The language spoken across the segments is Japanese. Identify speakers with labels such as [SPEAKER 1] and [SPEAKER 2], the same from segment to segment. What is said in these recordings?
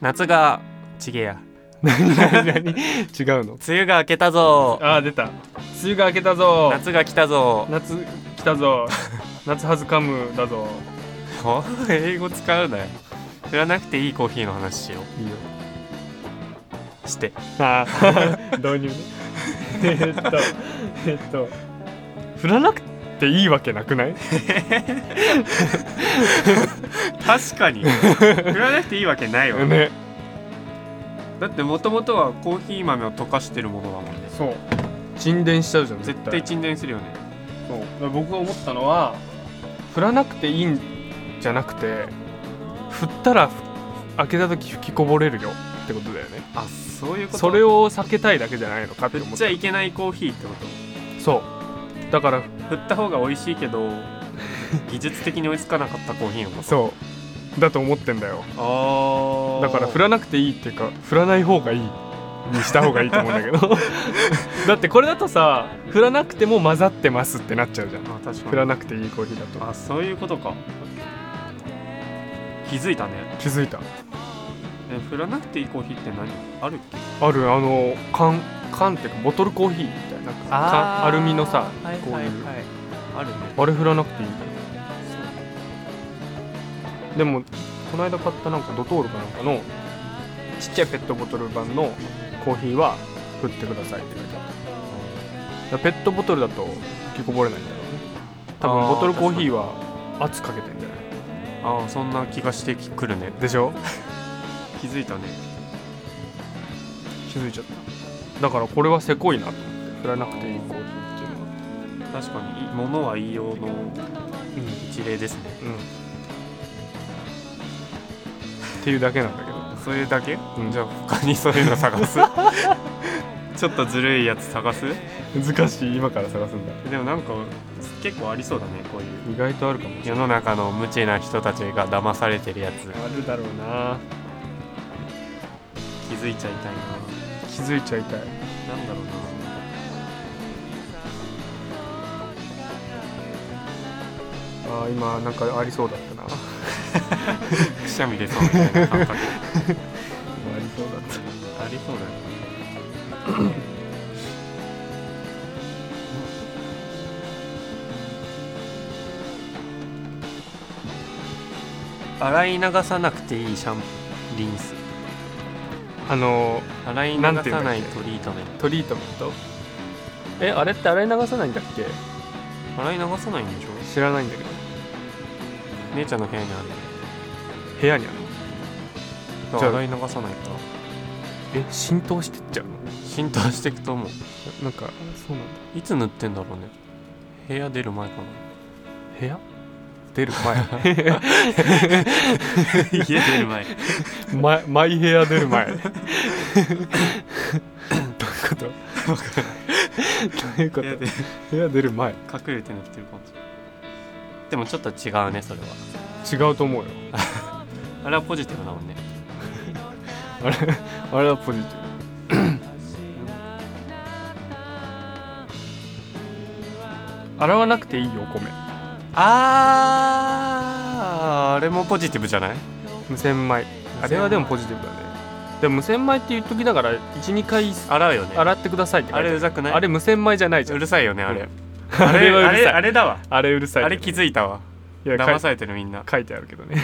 [SPEAKER 1] 夏がちげえや
[SPEAKER 2] 何何違うの
[SPEAKER 1] 梅雨が明けたぞ
[SPEAKER 3] あー出た梅雨が明けたぞ
[SPEAKER 1] 夏が来たぞ
[SPEAKER 3] 夏来たぞ夏はずかむだぞ
[SPEAKER 1] お英語使うなよ振らなくていいコーヒーの話しよ
[SPEAKER 2] いいよ
[SPEAKER 1] うして
[SPEAKER 2] あ
[SPEAKER 3] 導入ねえっとえっと振らなくていいわけなくない
[SPEAKER 1] 確か に振らなくていいわけないわ、
[SPEAKER 3] ね
[SPEAKER 1] だってもともとはコーヒー豆を溶かしてるものだもんね
[SPEAKER 3] そう沈殿しちゃうじゃん
[SPEAKER 1] 絶対沈殿するよね
[SPEAKER 3] そうだから僕が思ったのは振らなくていいんじゃなくて振ったらふ開けた時吹きこぼれるよってことだよね
[SPEAKER 1] あそういうこと
[SPEAKER 3] それを避けたいだけじゃないのかって
[SPEAKER 1] 振
[SPEAKER 3] 思
[SPEAKER 1] っ
[SPEAKER 3] っ
[SPEAKER 1] ち
[SPEAKER 3] た
[SPEAKER 1] ゃいけないコーヒーってこと
[SPEAKER 3] そうだから
[SPEAKER 1] 振った方が美味しいけ ど技術的に追いつかなかったコーヒーのこと
[SPEAKER 3] そうだと思ってんだよ
[SPEAKER 1] あ
[SPEAKER 3] だから振らなくていいっていうか振らない方がいいにした方がいいと思うんだけど だってこれだとさ振らなくても混ざってますってなっちゃうじゃん
[SPEAKER 1] あ確かに
[SPEAKER 3] 振らなくていいコーヒーだと
[SPEAKER 1] あそういうことか気づいたね
[SPEAKER 3] 気づいた
[SPEAKER 1] え振らなくていいコーヒーって何あるっけ
[SPEAKER 3] あるあの缶缶っていうかボトルコーヒーみたいななんか缶アルミのさ、こういう
[SPEAKER 1] あるね
[SPEAKER 3] あれ振らなくていいんだよでもこの間買ったなんかドトールかなんかのちっちゃいペットボトル版のコーヒーは振ってくださいって書いてあっただからペットボトルだと吹きこぼれないんだろうね多分
[SPEAKER 1] あー
[SPEAKER 3] ボトルコーヒーは圧かけてんじゃない
[SPEAKER 1] ああそんな気がしてくるね
[SPEAKER 3] でしょ
[SPEAKER 1] 気づいたね
[SPEAKER 3] 気づいちゃっただからこれはせこいなと思って振らなくていいコーヒーっていうのは
[SPEAKER 1] 確かに物は言いようの
[SPEAKER 3] うん
[SPEAKER 1] 一例ですね
[SPEAKER 3] うんっていうだけなんだけど
[SPEAKER 1] そういうだけ、
[SPEAKER 3] うん
[SPEAKER 1] じゃあ他にそういうの探 すちょっとずるいやつ探す
[SPEAKER 3] 難しい今から探すんだ
[SPEAKER 1] でもなんか結構ありそうだねこういう
[SPEAKER 3] 意外とあるかもしれ
[SPEAKER 1] 世
[SPEAKER 3] ない
[SPEAKER 1] の中の無知な人たちが騙されてるやつ
[SPEAKER 3] あるだろうな
[SPEAKER 1] 気づいちゃいたい
[SPEAKER 3] 気づいちゃいた
[SPEAKER 1] な
[SPEAKER 3] い
[SPEAKER 1] なんだろうな
[SPEAKER 3] あー今なんかありそうだったなあ
[SPEAKER 1] くしゃみ出そうみたいな感覚あ
[SPEAKER 3] りそうだった
[SPEAKER 1] りそうだよね洗い流さなくていいシャンリンス
[SPEAKER 3] あの
[SPEAKER 1] 洗い流
[SPEAKER 3] なんていうん
[SPEAKER 1] さ
[SPEAKER 3] だ
[SPEAKER 1] な
[SPEAKER 3] っ
[SPEAKER 1] い
[SPEAKER 3] け
[SPEAKER 1] トリートメン
[SPEAKER 3] トリートメントえあれって洗い流さないんだっけ
[SPEAKER 1] ト洗い流さないんでしょ
[SPEAKER 3] 知らないんだけど
[SPEAKER 1] 姉ちゃんの部屋にある
[SPEAKER 3] 部屋にあるじゃあ
[SPEAKER 1] 洗い流さないか
[SPEAKER 3] え浸透してっちゃうのな
[SPEAKER 1] 浸透していくと思う
[SPEAKER 3] なんかそうなんだ
[SPEAKER 1] いつ塗ってんだろうね部屋出る前かな
[SPEAKER 3] 部屋出る前
[SPEAKER 1] 家出る前
[SPEAKER 3] マイマイ部屋出る 前どういうことどういうこ
[SPEAKER 1] 部
[SPEAKER 3] と
[SPEAKER 1] 屋で隠
[SPEAKER 3] 部屋出る前
[SPEAKER 1] れて塗ってる感じでもちょっと違うねそれは
[SPEAKER 3] 違うと思うよ
[SPEAKER 1] あれはポジティブだもんね
[SPEAKER 3] あれあれはポジテ ィブ洗わなくていいよお米
[SPEAKER 1] あーあれもポジティブじゃない
[SPEAKER 3] 無洗米あれはでもポジティブだねでも無洗米って言っときながら12回
[SPEAKER 1] 洗うよね
[SPEAKER 3] 洗ってくださいって書
[SPEAKER 1] あ
[SPEAKER 3] いて
[SPEAKER 1] れ
[SPEAKER 3] あ
[SPEAKER 1] う
[SPEAKER 3] る
[SPEAKER 1] ざくない
[SPEAKER 3] あれ無洗米じゃないじゃ
[SPEAKER 1] うんるさいよねあれ、
[SPEAKER 3] うん
[SPEAKER 1] あれ
[SPEAKER 3] あれはう
[SPEAKER 1] あ
[SPEAKER 3] る
[SPEAKER 1] れ
[SPEAKER 3] さい
[SPEAKER 1] あれだわ
[SPEAKER 3] あれうるさい
[SPEAKER 1] あれ気づいたわ
[SPEAKER 3] いや書
[SPEAKER 1] 騙
[SPEAKER 3] い
[SPEAKER 1] されてるみんな
[SPEAKER 3] 書いてあるけどね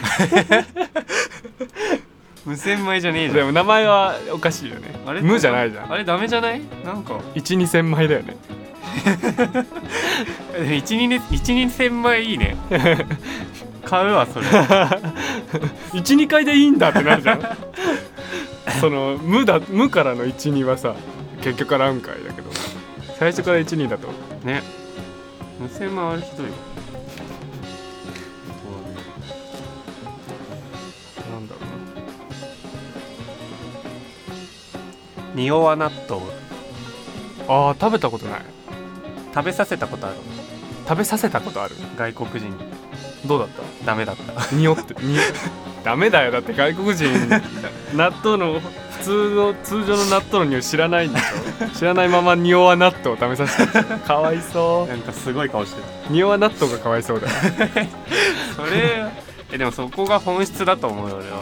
[SPEAKER 1] 無洗米じゃねえじ
[SPEAKER 3] で
[SPEAKER 1] ゃん
[SPEAKER 3] も名前はおかしいよね
[SPEAKER 1] あれ
[SPEAKER 3] 無じゃないじゃん
[SPEAKER 1] あれダメじゃないなんか
[SPEAKER 3] 12千枚だよね
[SPEAKER 1] でも一二年一二千枚いい ね買うわそれ
[SPEAKER 3] 12回でいいんだってなるじ ゃんその無だ無からの12はさ結局洗うんかいだけど最初から12だと
[SPEAKER 1] ね無洗米あれひどいよ
[SPEAKER 3] なんだろう
[SPEAKER 1] 匂わ納豆
[SPEAKER 3] なあー食べたことない
[SPEAKER 1] 食べさせたことある
[SPEAKER 3] 食べさせたことある
[SPEAKER 1] 外国人に
[SPEAKER 3] どうだった
[SPEAKER 1] ダメだ った
[SPEAKER 3] 匂って匂ダメだよだって外国 人納豆の普通の通常の納豆の匂い知らないんでしょ知らないまま匂わ納豆を食べさせたんでしょかわいそ
[SPEAKER 1] なんかすごい顔してる
[SPEAKER 3] う匂わ納豆がかわいそうだよ
[SPEAKER 1] それ ええでもそこが本質だと思うよ俺は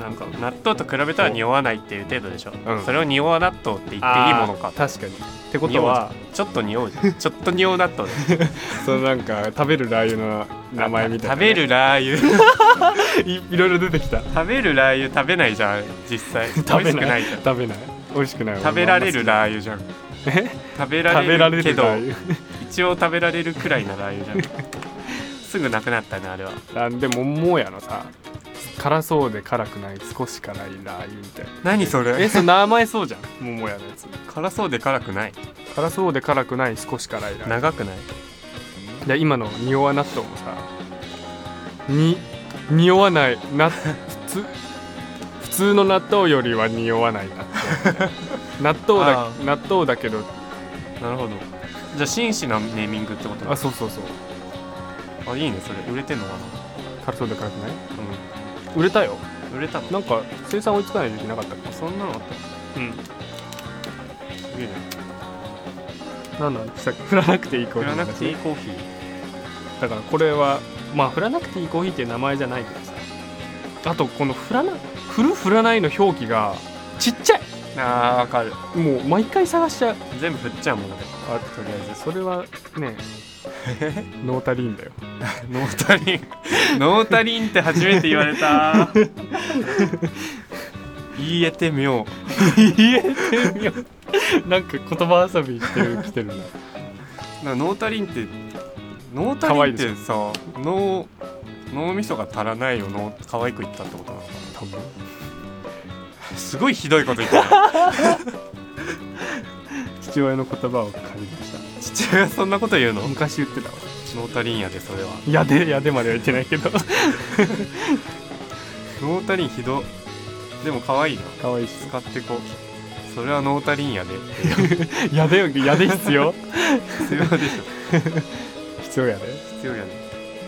[SPEAKER 1] なんか納豆と比べたら匂わないっていう程度でしょ、
[SPEAKER 3] うん
[SPEAKER 1] それを匂わ納豆って言っていいものか
[SPEAKER 3] あー確かにってこと
[SPEAKER 1] 匂う
[SPEAKER 3] は
[SPEAKER 1] ちょっと匂うじゃ んちょっと匂う納豆で
[SPEAKER 3] そのなんか食べるラー油の名前みたいな
[SPEAKER 1] 食べるラー油
[SPEAKER 3] いいろいろ出てきた
[SPEAKER 1] 食べるラー油食べないじゃん実 際
[SPEAKER 3] 食べ
[SPEAKER 1] 美味しく
[SPEAKER 3] な
[SPEAKER 1] ないいじゃん
[SPEAKER 3] 食べない美味しくない
[SPEAKER 1] 食べられる
[SPEAKER 3] ラ
[SPEAKER 1] ラー油じゃん
[SPEAKER 3] え
[SPEAKER 1] 食べ
[SPEAKER 3] 食べ
[SPEAKER 1] ら
[SPEAKER 3] ら
[SPEAKER 1] れる
[SPEAKER 3] れ
[SPEAKER 1] け
[SPEAKER 3] る
[SPEAKER 1] ど
[SPEAKER 3] ラー
[SPEAKER 1] 一応食べられるくらいのラー油じゃんすぐなくなったねあれは
[SPEAKER 3] 油あでも桃やのさ辛そうで辛くない少し辛いラー油みたいな
[SPEAKER 1] 何それ
[SPEAKER 3] えその名前そうじゃん桃屋のやつ
[SPEAKER 1] 辛そうで辛くない
[SPEAKER 3] 辛そうで辛くない少し辛いラー油
[SPEAKER 1] 長くない
[SPEAKER 3] で今の匂わ納豆もさに匂わないな普通普通の納豆よりは匂わない納豆納豆
[SPEAKER 1] あ
[SPEAKER 3] だ納豆だけど
[SPEAKER 1] なるほどじゃあ紳士なネーミングってこと
[SPEAKER 3] あそうそうそう
[SPEAKER 1] あいいねそれ売れてんのかな
[SPEAKER 3] 辛そうで辛くない売れたよ
[SPEAKER 1] うん売れたの
[SPEAKER 3] なんか生産追いつかない時期なかったっ
[SPEAKER 1] あそんなのあっ
[SPEAKER 3] けうん
[SPEAKER 1] たすげえね
[SPEAKER 3] なんなんさっき振らなくていいコー
[SPEAKER 1] 売
[SPEAKER 3] ヒ
[SPEAKER 1] ら
[SPEAKER 3] ーの
[SPEAKER 1] な
[SPEAKER 3] 話
[SPEAKER 1] くていいコーヒー
[SPEAKER 3] だからこれはまあ振らなくていいコーヒーっていう名前じゃないけどさあとこの振らな振る振らないの表記がちっちゃい
[SPEAKER 1] あーわかる
[SPEAKER 3] もう毎回探しちゃう
[SPEAKER 1] 全部振っちゃうもんね
[SPEAKER 3] あとりあえずそれは ねノータリーンだよ
[SPEAKER 1] ノータリ ンノータリンって初めて言われた言えてみよう
[SPEAKER 3] 言えてみよう なんか言葉遊びしてる来てるな
[SPEAKER 1] なんかノータリンってノータ
[SPEAKER 3] 可
[SPEAKER 1] リ
[SPEAKER 3] 愛
[SPEAKER 1] ン
[SPEAKER 3] い
[SPEAKER 1] っ
[SPEAKER 3] で
[SPEAKER 1] てさ脳脳みそが足らないよ脳可愛く言ったってことなのか
[SPEAKER 3] 多分
[SPEAKER 1] な すごいひどいこと言ったな
[SPEAKER 3] 父親の言葉を借りました
[SPEAKER 1] 父親そんなこと言うのノ
[SPEAKER 3] 昔言ってたわ
[SPEAKER 1] ータリンやでそれは
[SPEAKER 3] やでやでまでは言ってないけ ど
[SPEAKER 1] ノータリンひどでも可愛いな
[SPEAKER 3] 可愛いし
[SPEAKER 1] 使ってこうそれはノータリンやで
[SPEAKER 3] やでよやで必要
[SPEAKER 1] 必要でし
[SPEAKER 3] 必要やで
[SPEAKER 1] ょ必要やね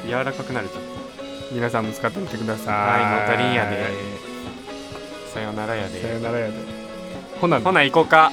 [SPEAKER 1] 柔らかくなるじゃん
[SPEAKER 3] 皆さんも使ってみてください
[SPEAKER 1] はいノータリンやでさよならや
[SPEAKER 3] さよ
[SPEAKER 1] で
[SPEAKER 3] ならやでほな
[SPEAKER 1] ほな行こうか